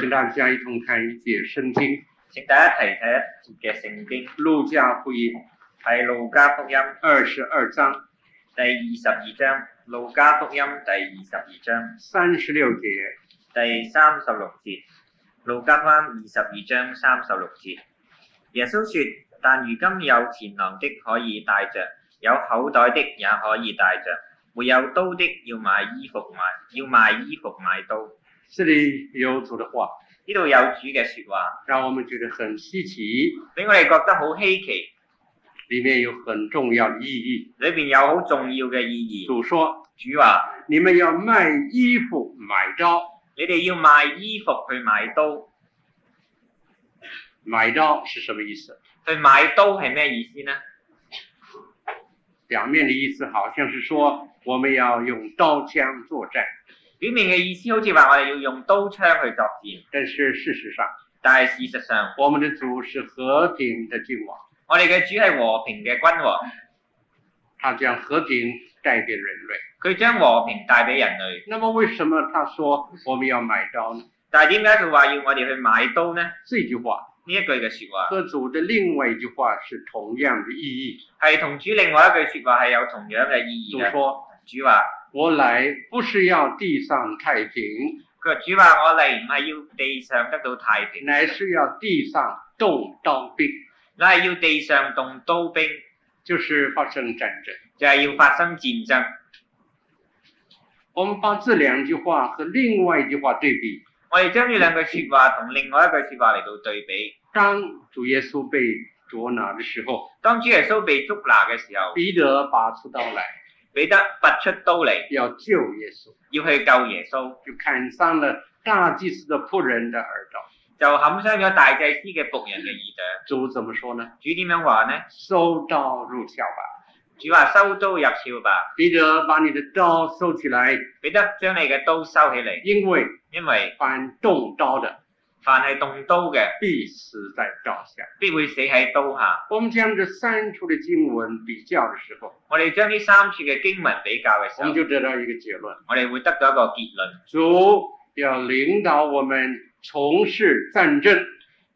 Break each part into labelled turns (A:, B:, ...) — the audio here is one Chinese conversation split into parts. A: 请大家一同看一节圣经《
B: 請大家睇睇一節嘅聖經，
A: 路加福音》
B: 係路加福音
A: 二十二章
B: 第二十二章，路加福音第二十二章
A: 三十六节。
B: 第三十六節，路加福音二十二章三十六節。耶穌說：但如今有錢囊的可以帶着，有口袋的也可以帶着，沒有刀的要買衣服買，要賣衣服買刀。
A: 这里有主的话，
B: 呢度有主嘅説話，
A: 让我们觉得很稀奇，
B: 俾我哋覺得好稀奇，
A: 里面有很重要的意义。
B: 裏邊有好重要嘅意義。
A: 主说
B: 主話。：“
A: 你们要卖衣服买刀，
B: 你哋要賣衣服去買刀，
A: 买刀是什么意思？
B: 去買刀係咩意思呢？
A: 表面的意思好像是说我们要用刀枪作战，
B: 表面嘅意思好似話我哋要用刀槍去作戰，
A: 但是事实上，
B: 但係事實上，
A: 我们的主是和平的君王，
B: 我哋嘅主係和平嘅君王，
A: 他将和平带给人类。
B: 佢將和平帶俾人類。
A: 那么为什么他说我们要买刀呢？
B: 但係點解佢話要我哋去買刀呢？呢
A: 这句话
B: 一句嘅説話
A: 和主的另外一句话是同样的意义。
B: 係同主另外一句説話係有同樣嘅意
A: 主
B: 義嘅。
A: 说
B: 主話：：“
A: 我来不是要地上太平，
B: 佢話主話我嚟唔係要地上得到太平，
A: 乃是要地上动刀兵，
B: 乃係要地上動刀兵，
A: 就是发生战争。”
B: 就係、要發生戰爭。
A: 我们把这两句话和另外一句话对比，
B: 我哋將呢兩句説話同另外一句説話嚟到對比。
A: 当主耶稣被捉拿的时候，
B: 當主耶穌被捉拿嘅時候，
A: 彼得拔出刀来
B: 彼得拔出刀嚟，
A: 要救耶稣，
B: 要去救耶穌，
A: 就砍伤了大祭司的仆人的耳朵。
B: 就冚傷咗大祭司嘅仆人嘅耳朵。
A: 主怎么说呢？
B: 主點樣話呢？
A: 收刀入鞘吧，
B: 主話收刀入鞘吧，
A: 彼得把你的刀收起来，
B: 彼得將你嘅刀收起嚟，
A: 因为
B: 因為
A: 凡动刀的
B: 凡係動刀嘅，
A: 必死在刀下。
B: 必會死喺刀下。
A: 我们将这三处的经文比较的时候，
B: 我哋將呢三處嘅經文比較嘅時
A: 我
B: 候
A: 们，就得到一个结论：
B: 我哋會得到一個結論：
A: 主要领导我们从事战争。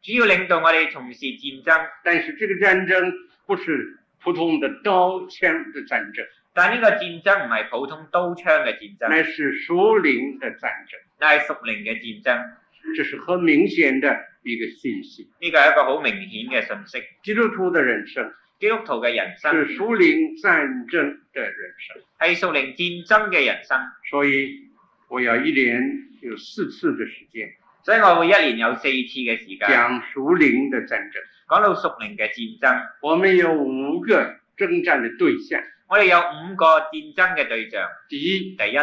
B: 主要領導我哋從事戰爭，
A: 但是这个战争不是普通的刀枪的战争，
B: 但呢個戰爭唔係普通刀槍嘅戰
A: 乃
B: 爭，
A: 是属灵的战争。
B: 但係屬靈嘅戰爭。
A: 这是很明显的一个信息。
B: 呢個係一個好明顯嘅信息。
A: 基督徒的人生
B: 基督徒嘅人生
A: 是属灵战争的人生，
B: 係屬靈戰爭嘅人生，
A: 所以我要一连有四次的时间
B: 所以我會一年有四次嘅時間
A: 讲属灵的战争。
B: 講到屬靈嘅戰爭。
A: 我们有五个征战的对象：
B: 我哋有五個戰爭嘅對象：
A: 第一，
B: 第一，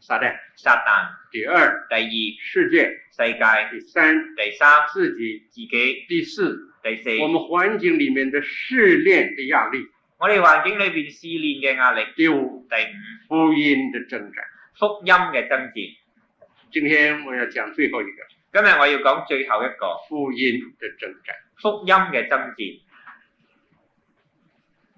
A: 撒旦；
B: 撒旦；
A: 第二，
B: 第二，
A: 世界；
B: 世界；
A: 第三，
B: 第三，
A: 自己；
B: 自己；
A: 第四，
B: 第四，
A: 我们环境里面的试炼的压力。
B: 我哋環境裏邊試煉嘅壓力；
A: 第五，
B: 第五，
A: 福音的征战。
B: 福音嘅爭戰。
A: 今天我要講最後一個
B: 今日我要講最後一個
A: 福音的征戰，
B: 福音嘅爭戰。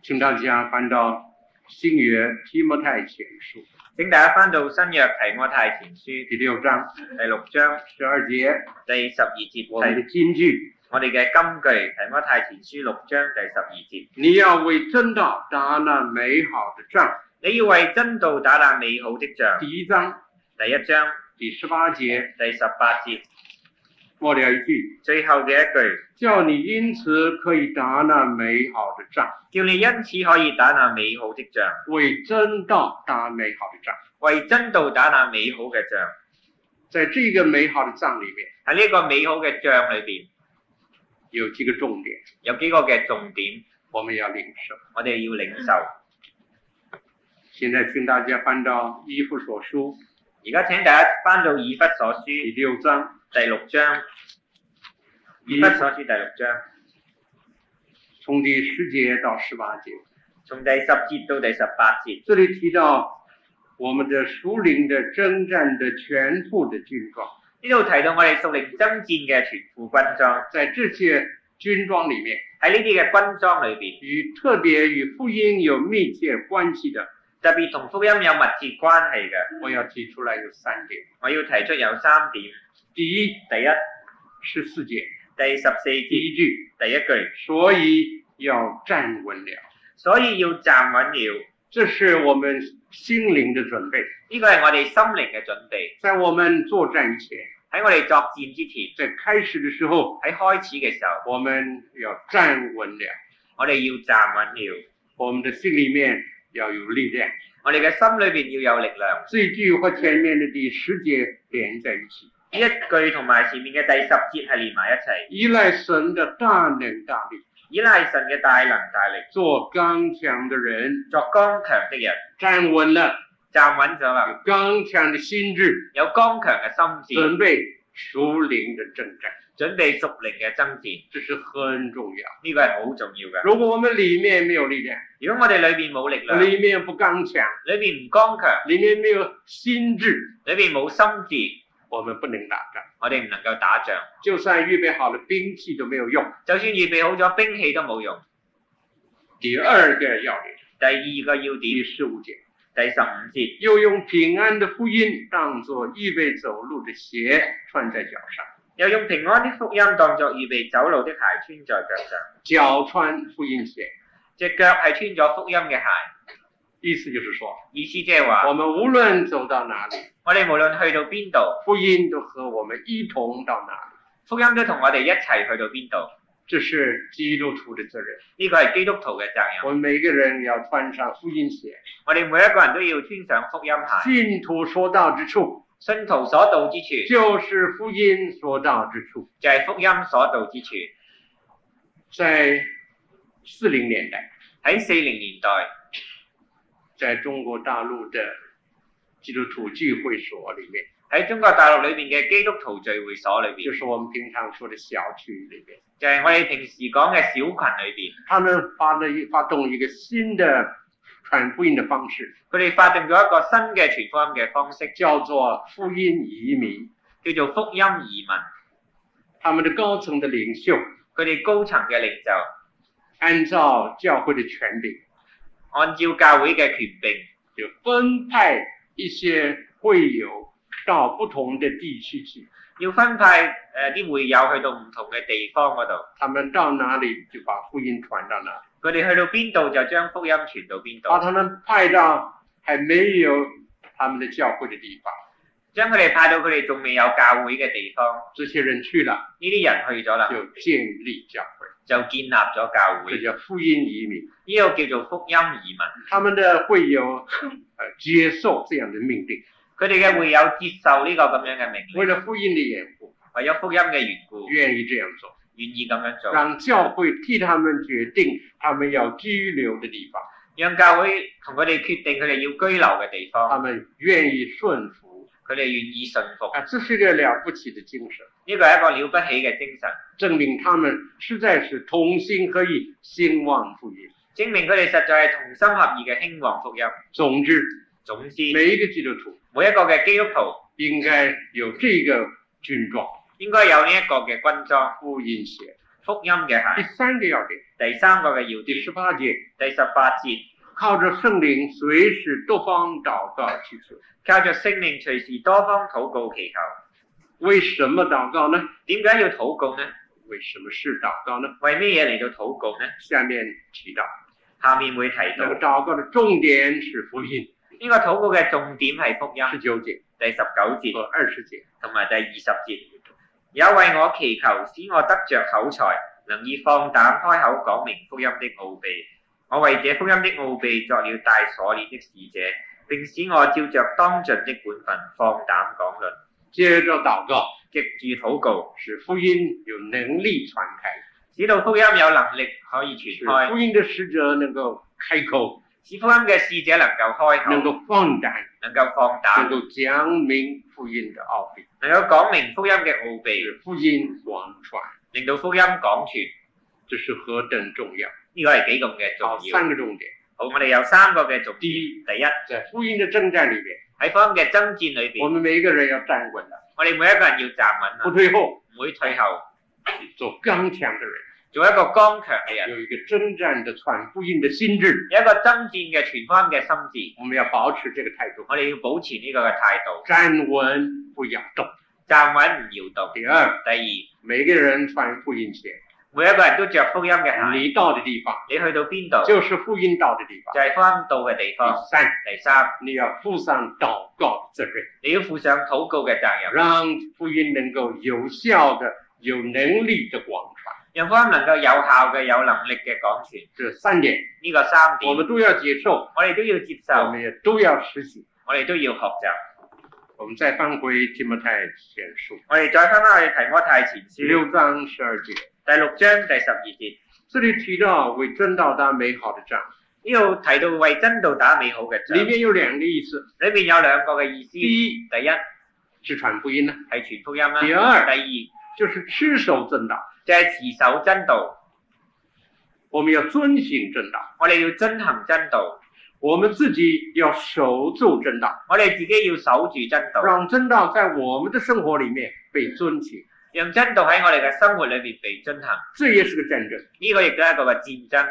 A: 請大家翻到新約提摩太前書
B: 請大家翻到新約提摩太前書
A: 第六章
B: 第六章
A: 十二節，
B: 第十二
A: 我
B: 節
A: 們
B: 提
A: 的金句：
B: 我哋嘅金句提摩太前書六章第十二節，
A: 你要為真道打那美好的仗。
B: 你要為真道打那美好的仗。
A: 第一章
B: 第一章
A: 第十八節
B: 第十八節
A: 末了一句，
B: 最後嘅一句，
A: 叫你因此可以打那美好的仗，
B: 叫你因此可以打那美好的仗，
A: 為真道打美好的仗。
B: 為真道打那美好嘅仗。
A: 在這個美好的仗裏面，
B: 喺呢個美好嘅仗裏邊，
A: 有幾個重點，
B: 有幾個嘅重點，
A: 我們要領受。
B: 我哋要領受。
A: 现在请大家翻到《一父所书》
B: 而家請大家翻到以弗所
A: 第
B: 書
A: 六章，
B: 第六章，以
A: 以
B: 弗所書第六章，
A: 从第十节到十八节，
B: 從第十節到第十八節，
A: 这里提到我们的属灵的征战的全副的军装，
B: 呢度提到我哋屬靈爭戰嘅全副軍裝。
A: 在这些军装里面，
B: 喺呢啲嘅軍裝裏邊，
A: 与特别与福音有密切关系的，
B: 特別同福音有密切關係嘅，
A: 我要提出来有三点。
B: 我要提出有三點。
A: 第一
B: 第一
A: 十四节
B: 第十四
A: 第一
B: 節
A: 句，
B: 第一句，
A: 所以要站稳了，
B: 所以要站穩了。
A: 这是我们心灵的准备。
B: 呢個係我哋心靈嘅準備。
A: 在我们作战前，
B: 喺我哋作戰之前，
A: 在开始的时候，
B: 喺開始嘅時候，
A: 我们要站稳了，
B: 我哋要站穩了。
A: 我们的心里面要有力量。
B: 我哋嘅心裏邊要有力量。
A: 这一句和前面的第十节连在一起，
B: 呢一句同埋前面嘅第十節係連埋一齊，
A: 依赖神的大能大力，
B: 依賴神嘅大能大力，
A: 做刚强的人，
B: 作剛強的人，
A: 站稳了，
B: 站穩咗啦，
A: 有刚强的心智，
B: 有剛強嘅心
A: 准
B: 智，
A: 备属灵的征战，
B: 準備熟靈嘅爭戰，
A: 这是很重要。
B: 呢個係好重要嘅。
A: 如果我们里面没有力量，
B: 如果我哋裏邊冇力量，
A: 里面不刚强，
B: 裏邊唔剛強，
A: 里面没有心智，
B: 裏邊冇心智，
A: 我们不能打仗。
B: 我哋唔能夠打仗。
A: 就算预备好了兵器都没有用。
B: 就算預備好咗兵器都冇用。
A: 第二个要领，
B: 第二個要點，
A: 第十五节，
B: 第十五節，
A: 又用平安的福音当作预备走路的鞋穿在脚上，
B: 又用平安的福音當作預備走路的鞋穿在腳上，
A: 脚穿福音鞋，
B: 隻腳係穿咗福音嘅鞋，
A: 意思就是说，
B: 意思即係話。
A: 我们无论走到哪里，
B: 我哋無論去到邊度，
A: 福音都和我们一同到哪里。
B: 福音都同我哋一齊去到邊度。
A: 这是基督徒的责任，
B: 呢個係基督徒嘅責任。
A: 我们每个人要穿上福音鞋。
B: 我哋每一個人都要穿上福音鞋。
A: 信徒所到之处，
B: 信徒所到之處，
A: 就是福音所到之处。
B: 就係福音所到之處。
A: 在四零年代，
B: 喺四零年代
A: 在中国大陆的基督徒聚会所里面，
B: 喺中國大陸裏邊嘅基督徒聚會所裏
A: 就
B: 邊，
A: 是我们平常说的小区里面，
B: 就係我哋平時講嘅小群裏邊，
A: 他们发了一发动一个新的传福音的方式，
B: 佢哋發動咗一個新嘅傳福音嘅方式，
A: 叫做福音移民。
B: 叫做福音移民。
A: 他们的高层的领袖
B: 佢哋高層嘅領袖
A: 按照教会的权柄，
B: 按照教會嘅權柄，
A: 就分派一些会友到不同的地区去。
B: 要分派誒啲、會友去到唔同嘅地方嗰度。
A: 他们到哪里就把福音传到哪里，
B: 佢哋去到邊度就將福音傳到邊
A: 把
B: 度，
A: 他们派到还没有他们的教会的地方。
B: 將佢哋派到佢哋仲未有教會嘅地方。
A: 这些人去了，
B: 呢啲人去咗啦，
A: 就建立教会，
B: 就建立咗
A: 这
B: 教會。
A: 叫福音移民。
B: 呢個叫做福音移民。
A: 他们的会友呃接受這樣的命令，
B: 佢哋嘅會友接受呢個咁樣嘅命
A: 為
B: 令，
A: 了福音的緣故，
B: 為咗福音嘅緣故，願
A: 願意這樣做，
B: 意咁樣做，
A: 讓教會替他們決定他們要居留的地方，
B: 讓教會同佢哋決定佢哋要居留嘅地
A: 他
B: 方，
A: 們願意順服
B: 佢哋願意信服。
A: 啊，这是一个了不起的精神，
B: 呢個係一個了不起嘅精神，
A: 证明他们实在是同心合意，兴旺福音。
B: 證明佢哋實在係同心合意嘅興旺福音。
A: 总之，
B: 總之，
A: 每一個基督徒
B: 每一個嘅基督徒
A: 應該有這個軍裝
B: 應該有呢一個嘅軍裝。
A: 福音鞋。
B: 福音嘅
A: 第
B: 鞋。
A: 三个要点，
B: 第三個嘅要
A: 第
B: 點，
A: 十八节，
B: 第十八節，
A: 靠着圣灵随时多方祷告祈求。
B: 靠着聖靈隨時多方禱告祈求。
A: 为什么祷告呢？
B: 點解要禱告呢？
A: 为什么是祷告呢？
B: 為咩嘢嚟到禱告呢？
A: 下面提到，
B: 下面會提
A: 那
B: 到
A: 个祷告的重點是福音，
B: 呢、個禱告嘅重點係福
A: 十
B: 音，
A: 九节
B: 第十九節
A: 和二十节。
B: 同埋第二十節。也為我祈求，使我得着口才，能以放膽開口講明福音的奧秘。我為這福音的奧秘作了帶鎖鏈的使者，並使我照着當盡的本分放膽講論，
A: 接着祷告，
B: 藉住禱告。
A: 使福音有能力传开，
B: 使到福音有能力可以
A: 使
B: 傳開，
A: 福音的使者能夠開口，
B: 使福音嘅使者能夠開
A: 能
B: 口，
A: 夠放膽，
B: 能夠放
A: 能
B: 膽，
A: 夠講明福音的奧秘，
B: 能夠講明福音嘅奧秘，
A: 使福音廣傳，
B: 令到福音廣傳。
A: 这是何等重要！
B: 呢個係幾咁嘅重
A: 好，
B: 要。
A: 哦三個嗯重點，
B: 好，我哋有三個嘅重點。
A: 第一
B: 第一
A: 在福音的征戰裏面，
B: 喺福音嘅爭戰裏
A: 我
B: 邊，
A: 們每一個人要站穩了，
B: 我哋每一個人要站穩
A: 不
B: 啦，
A: 退後，
B: 唔會退後，
A: 做剛強的人，
B: 做一個剛強嘅人，
A: 有一個征戰的傳福音的心智。
B: 有一個爭戰嘅全福音嘅心智。
A: 我们要保持这个态度，
B: 我哋要保持呢個嘅態度，
A: 站稳不摇动，
B: 站穩唔搖動。
A: 第二，
B: 第二，
A: 每个人穿福音鞋，
B: 每一個人都着福音嘅鞋，
A: 你到的地方
B: 你去到邊度
A: 就是福音到的地方。
B: 就係福音到嘅地方。
A: 第三，
B: 第三，
A: 你要负上祷告的责任，
B: 你要負上禱告嘅責任，
A: 让福音能够有效的、有能力的广传。
B: 讓福音能夠有效嘅、有能力嘅講傳。
A: 这三点
B: 呢、個三點
A: 我，们都要接受，
B: 我哋都要接
A: 我
B: 受，
A: 们也都要实行。
B: 我哋都要學習。
A: 我们再翻回提摩太前书
B: 我哋再翻返去提摩太前書
A: 六章十二节，
B: 第六章第十二節，
A: 这里提到为真道打美好的仗，
B: 呢度提到為真道打美好嘅仗，
A: 里
B: 裏
A: 面有两个意思：
B: 面有兩個嘅意思，第
A: 第一
B: 一係
A: 是传福音呢，
B: 傳福音啦，
A: 嗯第
B: 第
A: 二
B: 二
A: 就是持守正道，
B: 就係持守真道，
A: 我们要遵行正道，
B: 我哋要遵行真道，
A: 我们自己要守住正道，
B: 我哋自己要守住真道，
A: 让真道在我们的生活里面被遵行，
B: 讓真道喺我哋嘅生活裏面被遵行。
A: 这也是个战争。
B: 呢、個亦都係一個嘅戰爭，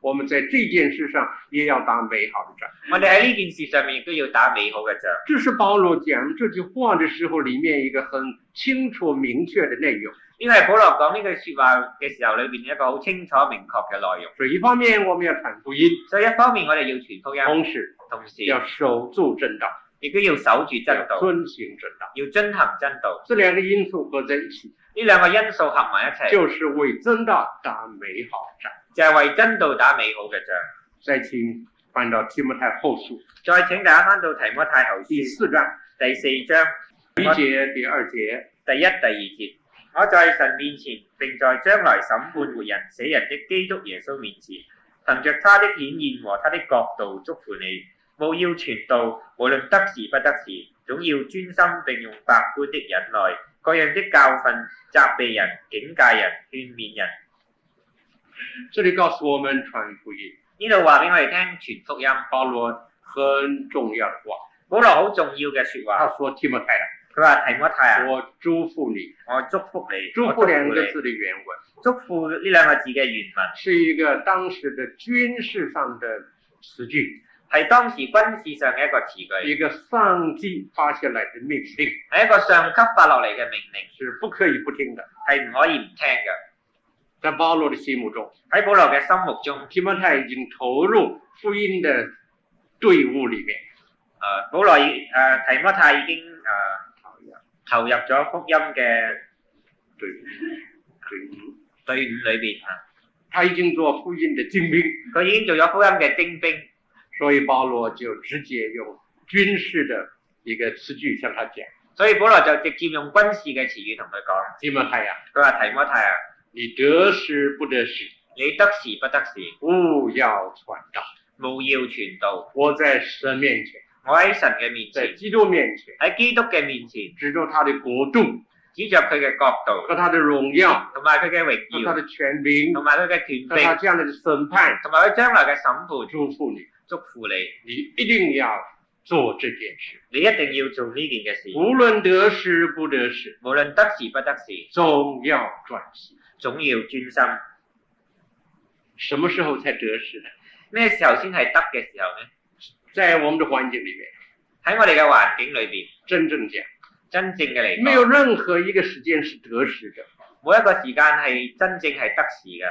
A: 我们在这件事上也要打美好的仗。
B: 我哋喺呢件事上面亦都要打美好嘅仗。
A: 这是保罗讲这句话的时候里面一个很清楚明确的内容。
B: 呢個係保羅講呢句説話嘅時候裏面一個好清楚明確嘅內容。
A: 所以一方面我们要传福音，
B: 所以一方面我哋要傳福音，
A: 同时
B: 同時
A: 要守住正道，
B: 亦都要守住真道
A: 要。遵行正道。
B: 要遵行真道，
A: 这两个因素合在一起，
B: 呢兩個因素合埋一齊，
A: 就是为真道打美好仗。
B: 就係為真道打美好嘅仗。
A: 再请翻到提摩太后书
B: 再請大家翻到提摩太後
A: 第
B: 書
A: 四章
B: 第四章
A: 第一节、第二节，
B: 第一、第二節。我在神面前，並在將來審判活人死人的基督耶穌面前，憑着他的顯現和他的國度祝福你。務要傳道，無論得時不得時，總要專心並用百般的忍耐，各樣的教訓、責備人、警戒人、勸勉人。
A: 这里告诉我们传福音，
B: 呢度話俾我哋聽，傳福音。
A: 保罗很重要的话，
B: 保羅好重要嘅説話，
A: 他说提摩太啊，
B: 佢話提摩太啊，
A: 我祝福你，
B: 我祝福你，
A: 祝
B: 我
A: 福两个
B: 你，
A: 字的原文。
B: 祝福呢兩個字嘅原文
A: 是一个当时的军事上的词句，
B: 係當時軍事上嘅一個詞句，
A: 一个上级发下来的命令，
B: 係一個上級發落嚟嘅命令，
A: 是不可以不听的。
B: 係唔可以唔聽嘅。
A: 在保罗的心目中，
B: 喺保羅嘅心目中，
A: 提摩太已经投入福音的队伍里面，
B: 誒、呃保羅已誒、提摩太已經誒、投入咗福音嘅
A: 队伍，队伍，
B: 隊伍裏邊啊，
A: 他已经做福音的精兵，
B: 佢已經做咗福音嘅精兵，
A: 所以保罗就直接用军事的一个词句向他讲
B: 所以保羅就直接用軍事嘅詞語同佢講，：“
A: 提摩太呀，
B: 佢話提摩太啊，
A: 你得失不得失，
B: 你得時不得時，
A: 勿要传道。
B: 務要傳道。
A: 我在神面前，
B: 我喺神嘅面前
A: 在。基督面前。”
B: 喺基督嘅面前，
A: 指着他的国度
B: 指着佢嘅角度，
A: 和他的荣耀
B: 同埋佢嘅
A: 和
B: 榮
A: 他
B: 耀，
A: 的权柄
B: 同埋佢嘅
A: 和他
B: 權柄，
A: 将来的审判，
B: 同埋佢將來嘅審判，
A: 祝福你，
B: 祝福你。
A: 你一定要做这件事，
B: 你一定要做呢件嘅事，
A: 无論得失不得失，
B: 無論得時不得時，
A: 总要转心。
B: 總要專心。
A: 什么時候才得失呢？
B: 咩時候先係得嘅時候呢？
A: 在我们的环境里面，
B: 喺我哋嘅環境裏邊，
A: 真正讲，
B: 真正嘅嚟
A: 没有
B: 講，
A: 任何一个时间是得失的，
B: 每一個時間係真正係得時嘅，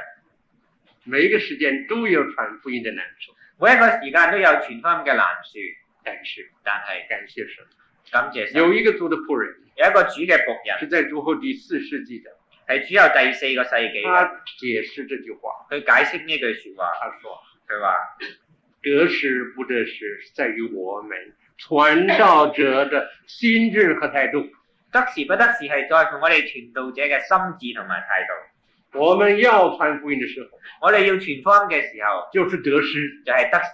A: 每一个时间都有传福音的难处。
B: 每一個時間都有全心嘅難處。
A: 但是
B: 但係
A: 感谢神，
B: 感謝神，
A: 有一个主的仆人
B: 有一個主嘅仆人
A: 是在主后第四世纪的，
B: 係主有第四個世紀嘅，
A: 他解释这句话，
B: 佢解釋呢句説話，
A: 他说。
B: 佢話。
A: 得失不得失，在于我们传道者的心智和态度。
B: 得時不得時係在乎我哋傳道者嘅心智同埋態度。
A: 我们要传福音的时候，
B: 我哋要傳福音嘅時候，
A: 就是得失，
B: 就係、得時；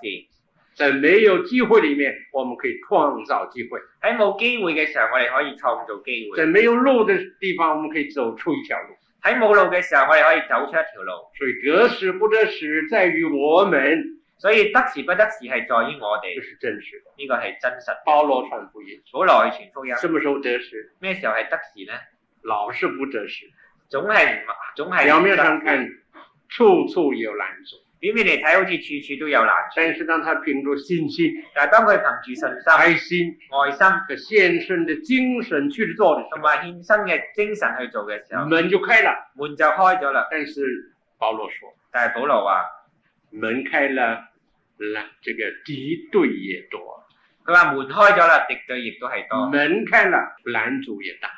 A: 在没有机会里面，我们可以创造机会；
B: 喺冇機會嘅時候，我哋可以創造機
A: 在
B: 會；
A: 没有路的地方，我们可以走出一条路。
B: 喺冇路嘅時候，我哋可以走出一條路。
A: 所以得失不得失，在於我们，
B: 所以得時不得時係在於我
A: 这
B: 哋，
A: 是真实的。
B: 呢個係真實。
A: 保罗传福音，
B: 保羅去傳福音，
A: 什么时候得失？
B: 咩時候係得時呢？
A: 老是不得失，
B: 總係唔總係
A: 表
B: 唔
A: 面
B: 得
A: 上看，处处有拦阻，
B: 表面嚟睇好似處處都有難處，
A: 但是当他凭着信心、
B: 但係當佢憑住信心、愛
A: 爱心
B: 心
A: 和献身的精神去做的时
B: 同埋獻身嘅精神去做嘅時候
A: 候，，门就开了。
B: 門就開咗啦。
A: 但是保罗说，
B: 但係保羅話：
A: 门开了，那这个敌对也多，
B: 佢話門開咗啦，敵對亦都係多；
A: 门开了，拦阻也大。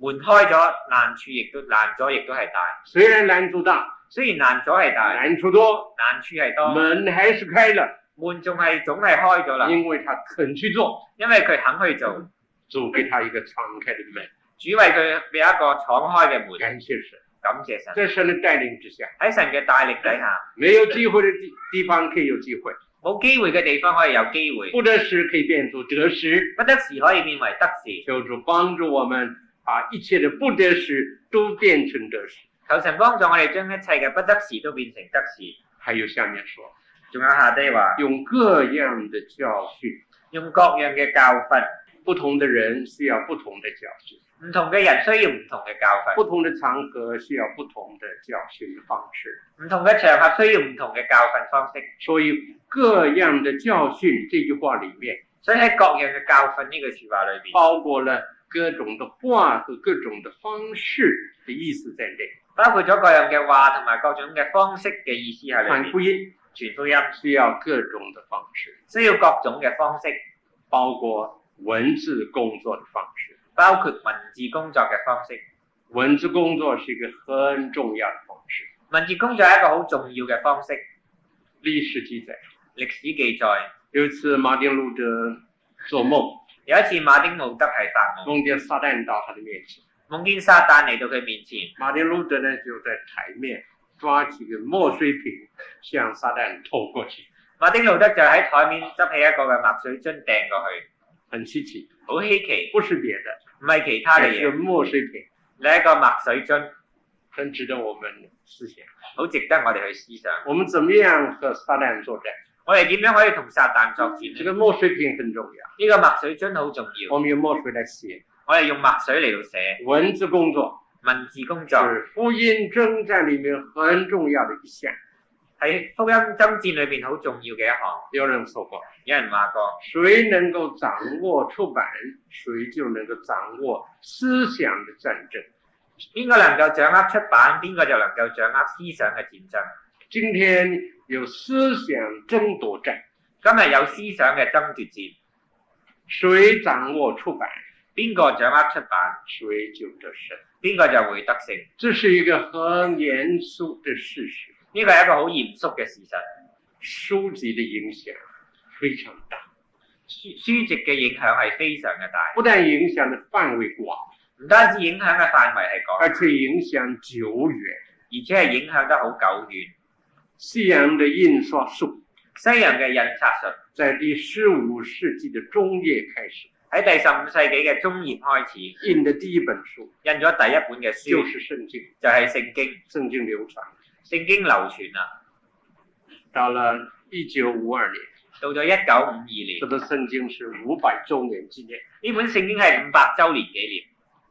B: 門開咗，難處亦都難咗，亦都係大。
A: 虽然拦阻大，
B: 雖然難咗係大，
A: 拦阻多，
B: 難處係多，
A: 门还是开了，
B: 門仲係總係開咗啦，
A: 因为他肯去做，
B: 因為佢肯去做。
A: 主给他一个敞开的门。
B: 主為佢俾一個敞開嘅門，
A: 感谢神，
B: 感謝神。
A: 在神的带领之下，
B: 喺神嘅帶力底下，
A: 没有机會的地地方可以有机会，
B: 冇機會嘅地方可以有機會，
A: 不得时可以变出得时。
B: 不得時可以變為得時。
A: 求主帮助我们，把一切的不得时都变成得时。
B: 求神幫助我哋將一切嘅不得時都變成得時。
A: 还有下面说，
B: 仲有下低話，
A: 用各样的教训，
B: 用各樣嘅教訓，
A: 不同的人需要不同的教训，
B: 唔同嘅人需要唔同嘅教訓，
A: 不同的场合需要不同的教训的方式。
B: 唔同嘅場合需要唔同嘅教訓方式。
A: 所以，各样的教训这句话里面，
B: 所以喺各樣嘅教訓呢句説話裏邊，
A: 包括了各种的话和各种的方式的意思在内。
B: 包括咗各樣嘅話同埋各種嘅方式嘅意思喺裏
A: 传
B: 面。
A: 福音
B: 傳福音
A: 需要各种的方式，
B: 需要各種嘅方式，
A: 包括文字工作的方式。
B: 包括文字工作嘅方式。
A: 文字工作是一个很重要的方式。
B: 文字工作係一個好重要嘅方式。
A: 历史记载，
B: 歷史記載
A: 有一次马丁路德做梦，
B: 有一次馬丁路德係發夢，
A: 梦见撒旦到他的面前，
B: 夢見撒旦嚟到佢面前，
A: 马丁路德呢就在台面抓起个墨水瓶向撒旦投过去，
B: 馬丁路德就喺台面執起一個嘅墨水樽掟過去，
A: 很稀奇，
B: 好稀奇，
A: 不是别的，
B: 唔係其他嘅
A: 这是
B: 嘢，
A: 墨水瓶，
B: 你一個墨水樽，
A: 很值得我们思想。
B: 好值得我哋去思想。
A: 我们怎么样和撒旦作战？
B: 我哋點樣可以同撒旦作
A: 这
B: 戰呢？
A: 个墨水瓶很重要，
B: 呢個墨水樽好重要，
A: 我们用墨水来写。
B: 我哋用墨水嚟到寫
A: 文字工作
B: 文字工作，
A: 是福音征战里面很重要的一项，
B: 喺福音針戰裏邊好重要嘅一項。
A: 有人说过。
B: 有人話過，
A: 谁能够掌握出版，谁就能够掌握思想的战争。
B: 邊個能夠掌握出版，邊個就能夠掌握思想嘅戰爭。
A: 今天有思想争夺战，
B: 今日有思想嘅爭奪戰。
A: 谁掌握出版，
B: 邊個掌握出版，
A: 谁就得胜。
B: 邊個就會得勝。
A: 这是一个很严肃的事实。
B: 呢個係一個好嚴肅嘅事實。
A: 书籍的影响非常大，
B: 書書籍嘅影響係非常嘅大，
A: 不但影响的范围广，
B: 唔單止影響嘅範圍係廣，
A: 而且影响久远。
B: 而且係影響得好久遠。
A: 西洋的印刷术
B: 西洋嘅印刷術
A: 在第十五世纪的中叶开始
B: 喺第十五世紀嘅中葉開始
A: 印的第一本书
B: 印咗第一本嘅
A: 就
B: 書，
A: 是圣经，
B: 就係、聖經。
A: 圣经流传。
B: 聖經流啊傳啦，
A: 到了一九五二年，
B: 到咗一九五二
A: 这
B: 年，
A: 个圣经是五百周年纪念，
B: 呢本聖經係五百週年紀念。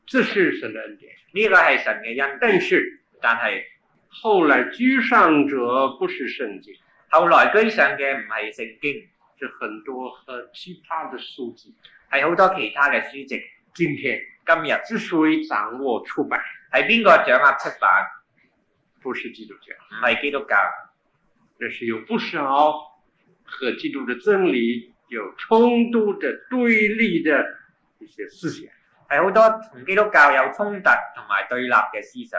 A: 这是神的恩典。
B: 呢個係神嘅恩
A: 但
B: 典，
A: 是
B: 但係
A: 后来居上者不是圣经，
B: 後來居上嘅唔係聖經，
A: 是很多和其他的书籍。
B: 係好多其他嘅書籍。
A: 今天
B: 今日
A: 之所以掌握出版，
B: 係邊個掌握出版？
A: 不是基督教，
B: 唔係基督教，
A: 而是有不少和基督的真理有冲突的、对立的一些思想。
B: 係好多同基督教有衝突同埋對立嘅思想。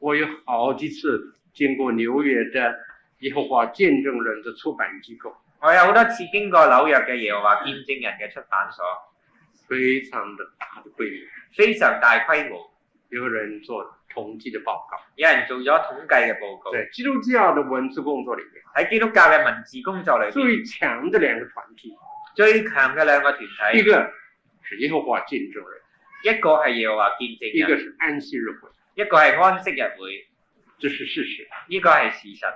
A: 我有好几次经过纽约的耶和华见证人的出版机构，
B: 我有好多次經過紐約嘅耶和華見證人嘅出版所，
A: 非常的大的规模。
B: 非常大規模，
A: 有人做统计的报告，
B: 有人做咗統計嘅報告。
A: 在基督教的文字工作里面，
B: 喺基督教嘅文字工作裏邊，
A: 最强的两个团体，
B: 最強嘅兩個團
A: 一
B: 體，
A: 个是耶和華见证人，
B: 一個係耶和華見
A: 一
B: 證
A: 个
B: 人，
A: 是安息日会，
B: 一個係安息日會，
A: 这是事实。
B: 呢個係事實。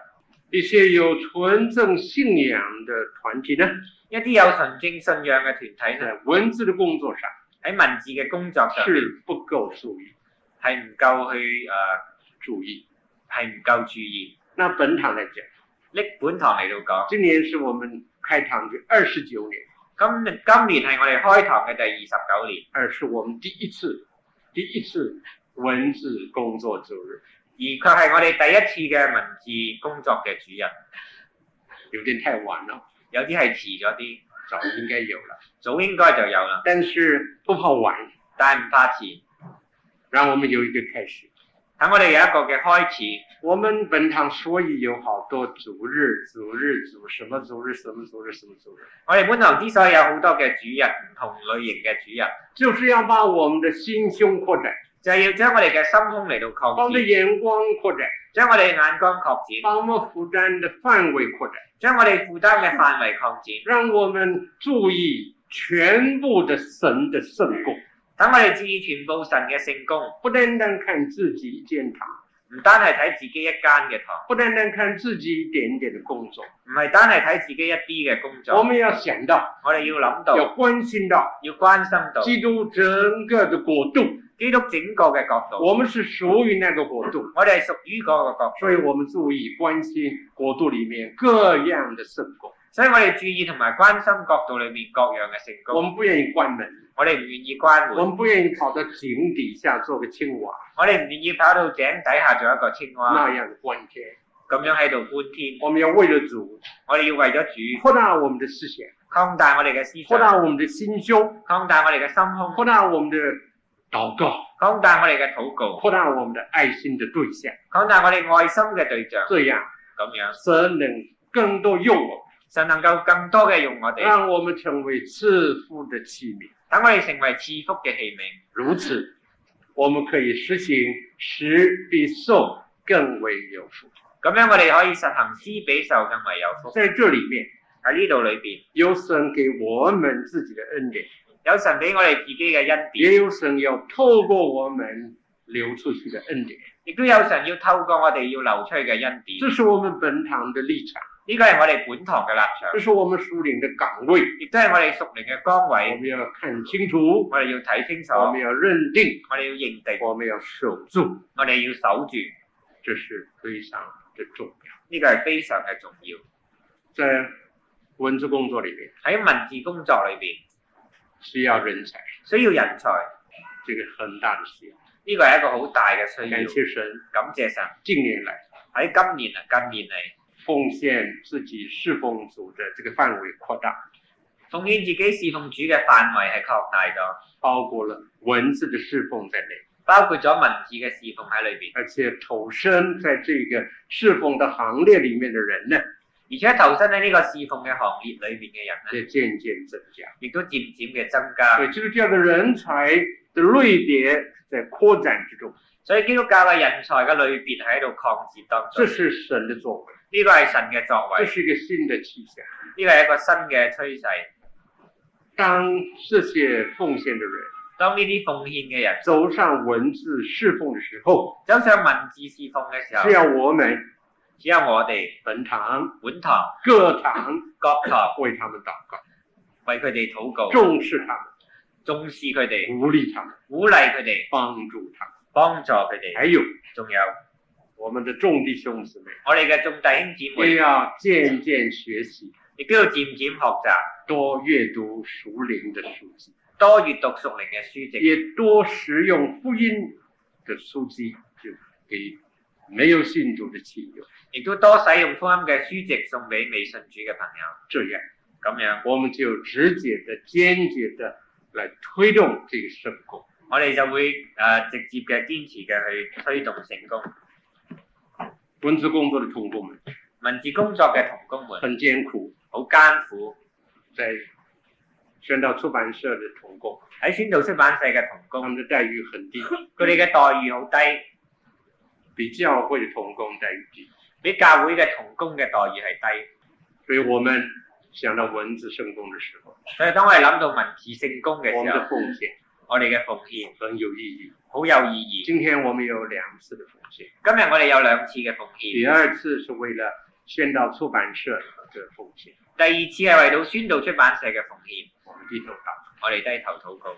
A: 一些有纯正信仰的团体呢，
B: 一啲有純正信仰嘅團體呢，
A: 在文字的工作上
B: 喺文字嘅工哎作上
A: 是不够注意
B: 係唔夠去誒，呃
A: 注意。
B: 係唔夠注意。
A: 那本堂来讲，
B: 拎本堂嚟到
A: 今年是我們開堂的二十九年，
B: 講，今今年係我哋開堂嘅第二十九年，
A: 而是我們第一次第一次文字工作周日，
B: 而卻係我哋第一次嘅文字工作嘅主任，
A: 有點太晚了，
B: 有啲係遲咗啲，
A: 早應該有了，
B: 早應該就有啦，
A: 但是不怕晚，
B: 但係唔怕遲。
A: 讓我們有一個開始。
B: 等我哋有一個嘅開始。
A: 我們本堂所以有好多主日、主日、主什麼主日、什麼主日、什麼主日，
B: 我哋本堂之所以有好多嘅主日，唔同類型嘅主日，
A: 就是要把我們的心胸擴展，
B: 就係、要將我哋嘅心胸嚟到
A: 把我們
B: 擴
A: 的
B: 展，
A: 眼光擴展，
B: 將我哋眼光擴展，
A: 把我們負擔的範圍擴展，
B: 將我哋負擔嘅範圍擴展，
A: 讓我們注意全部的神的聖功，
B: 等我哋注意全部神嘅聖功，
A: 不單單看自己一間堂，
B: 唔單係睇自己一間嘅堂，
A: 不單單看自己一點點的工作，
B: 唔係單係睇自己一啲嘅工
A: 我
B: 作，
A: 們要想到，
B: 我哋要諗到，
A: 要關心到
B: 要關心到
A: 基督整個的國度，
B: 基督整個嘅角度，
A: 我們是屬於那個國度。
B: 我哋係屬於嗰個角
A: 所以
B: 度，
A: 我們注意關心國度裏面各樣的聖功，
B: 所以我哋注意同埋關心角度裏面各樣嘅聖
A: 我
B: 功，
A: 們不願意關門，
B: 我哋唔願意關門
A: 我。們不願意跑到井底下做個青蛙
B: 我哋唔願意跑到井底下做一個青蛙，
A: 那樣的關天。
B: 咁樣喺度觀天。
A: 我們要為了主
B: 我哋要為咗主
A: 擴大我們的視線，
B: 擴大我哋嘅思
A: 擴
B: 想，
A: 大我們的心胸，
B: 擴大我哋嘅心胸，
A: 擴大我們的禱告，
B: 擴大我哋嘅禱告，
A: 擴大我們的愛心的對象，
B: 擴大我哋愛心嘅對象。
A: 這樣
B: 咁樣，
A: 神能更多用我們，
B: 神能夠更多嘅用我哋，
A: 讓我們成為賜福的器皿。
B: 等我哋成為賜福嘅器皿。
A: 如此，我們可以實行施比受更為有福。
B: 咁樣我哋可以實行施比受更為有福。
A: 在這裏面。
B: 喺呢度裏邊，
A: 有神给我们自己的恩典，
B: 有神俾我哋自己嘅恩典，
A: 也有神要透過我們流出去的恩典。
B: 亦都有神要透過我哋要流出去嘅恩典。
A: 這是我們本堂的立場，
B: 呢個係我哋本堂嘅立場，
A: 這是我們屬靈的崗位。
B: 亦都係我哋屬靈嘅崗
A: 我
B: 位。
A: 們要看清楚，
B: 我哋要睇清楚，
A: 我
B: 我
A: 們要認定，
B: 哋要認定。
A: 我們要守住，
B: 我哋要守住，
A: 這是非常的重要。
B: 呢個係非常嘅重要。
A: 在文字工作裏面，
B: 喺文字工作裏邊，
A: 需要人才，
B: 需要人才，
A: 這個很大的需要。
B: 呢個係一個好大嘅需
A: 感
B: 要。
A: 謝神，
B: 感謝神
A: 近年來
B: 喺今年啊，近年嚟
A: 奉獻自己侍奉主的這個範圍擴大，
B: 奉獻自己侍奉主嘅範圍係擴大咗，
A: 包括了文字的侍奉在內。
B: 包括咗文字嘅侍奉喺裏邊，
A: 而且投身在这个侍奉的行列里面的人呢，
B: 而且投身喺呢個侍奉嘅行業裏邊嘅人咧，
A: 也渐渐增加。
B: 亦都漸漸嘅增加。
A: 所以基督教的人才的类别在扩展之中，
B: 所以基督教嘅人才嘅類別喺度擴展當中，
A: 这
B: 呢
A: 是神的作为，
B: 個係神嘅作
A: 这
B: 為，
A: 是一个新的气象。
B: 呢個係一個新嘅趨勢。
A: 当这些奉献的人
B: 當呢啲奉獻嘅人
A: 走上文字侍奉的时候，
B: 走上文字侍奉嘅時候
A: 是，啊要我们
B: 只有我哋
A: 本堂
B: 本堂
A: 各堂
B: 各堂
A: 为他们祷告，
B: 為佢哋禱告，
A: 重视他们，
B: 重視佢哋，
A: 鼓励他们，
B: 鼓勵佢哋，
A: 帮助他们。
B: 幫助佢哋。
A: 还有
B: 仲有
A: 我们的众弟兄姊妹
B: 我哋嘅眾弟兄姊
A: 也
B: 妹，
A: 要渐渐学习。
B: 亦都要漸漸學習，
A: 多阅读熟灵的书籍，
B: 多閱讀屬靈嘅書籍，
A: 也多使用福音的书籍，就给没有信主的亲友。
B: 亦都多使用福音嘅書籍送俾未信主嘅朋友。
A: 这样，
B: 咁樣，
A: 我们就直接的、间接的来推动这个圣功。
B: 我哋就會誒、呃直接嘅堅持嘅去推動成功。
A: 文字工作的同工们
B: 文字工作嘅同工們
A: 很艰苦，
B: 好艱苦，
A: 在宣道出版社的同工，
B: 喺宣道出版社嘅同
A: 他
B: 工，
A: 们的待遇很低，
B: 佢哋嘅待遇好低，
A: 比教会的同工待遇低。
B: 比教會嘅同工嘅待遇係低。
A: 所以我们想到文字圣功的时候，
B: 所以當我哋諗到文字聖功嘅
A: 我
B: 時
A: 们的
B: 候，
A: 奉献
B: 我哋嘅奉獻
A: 很有意义。
B: 好有意義。
A: 今天我们有两次的奉献。
B: 今日我哋有兩次嘅奉
A: 第
B: 獻，
A: 二次是啊为了宣道出版社的奉献，
B: 第二次係為到宣道出版社嘅奉獻。
A: 我们低头祷告。
B: 我哋低頭禱告，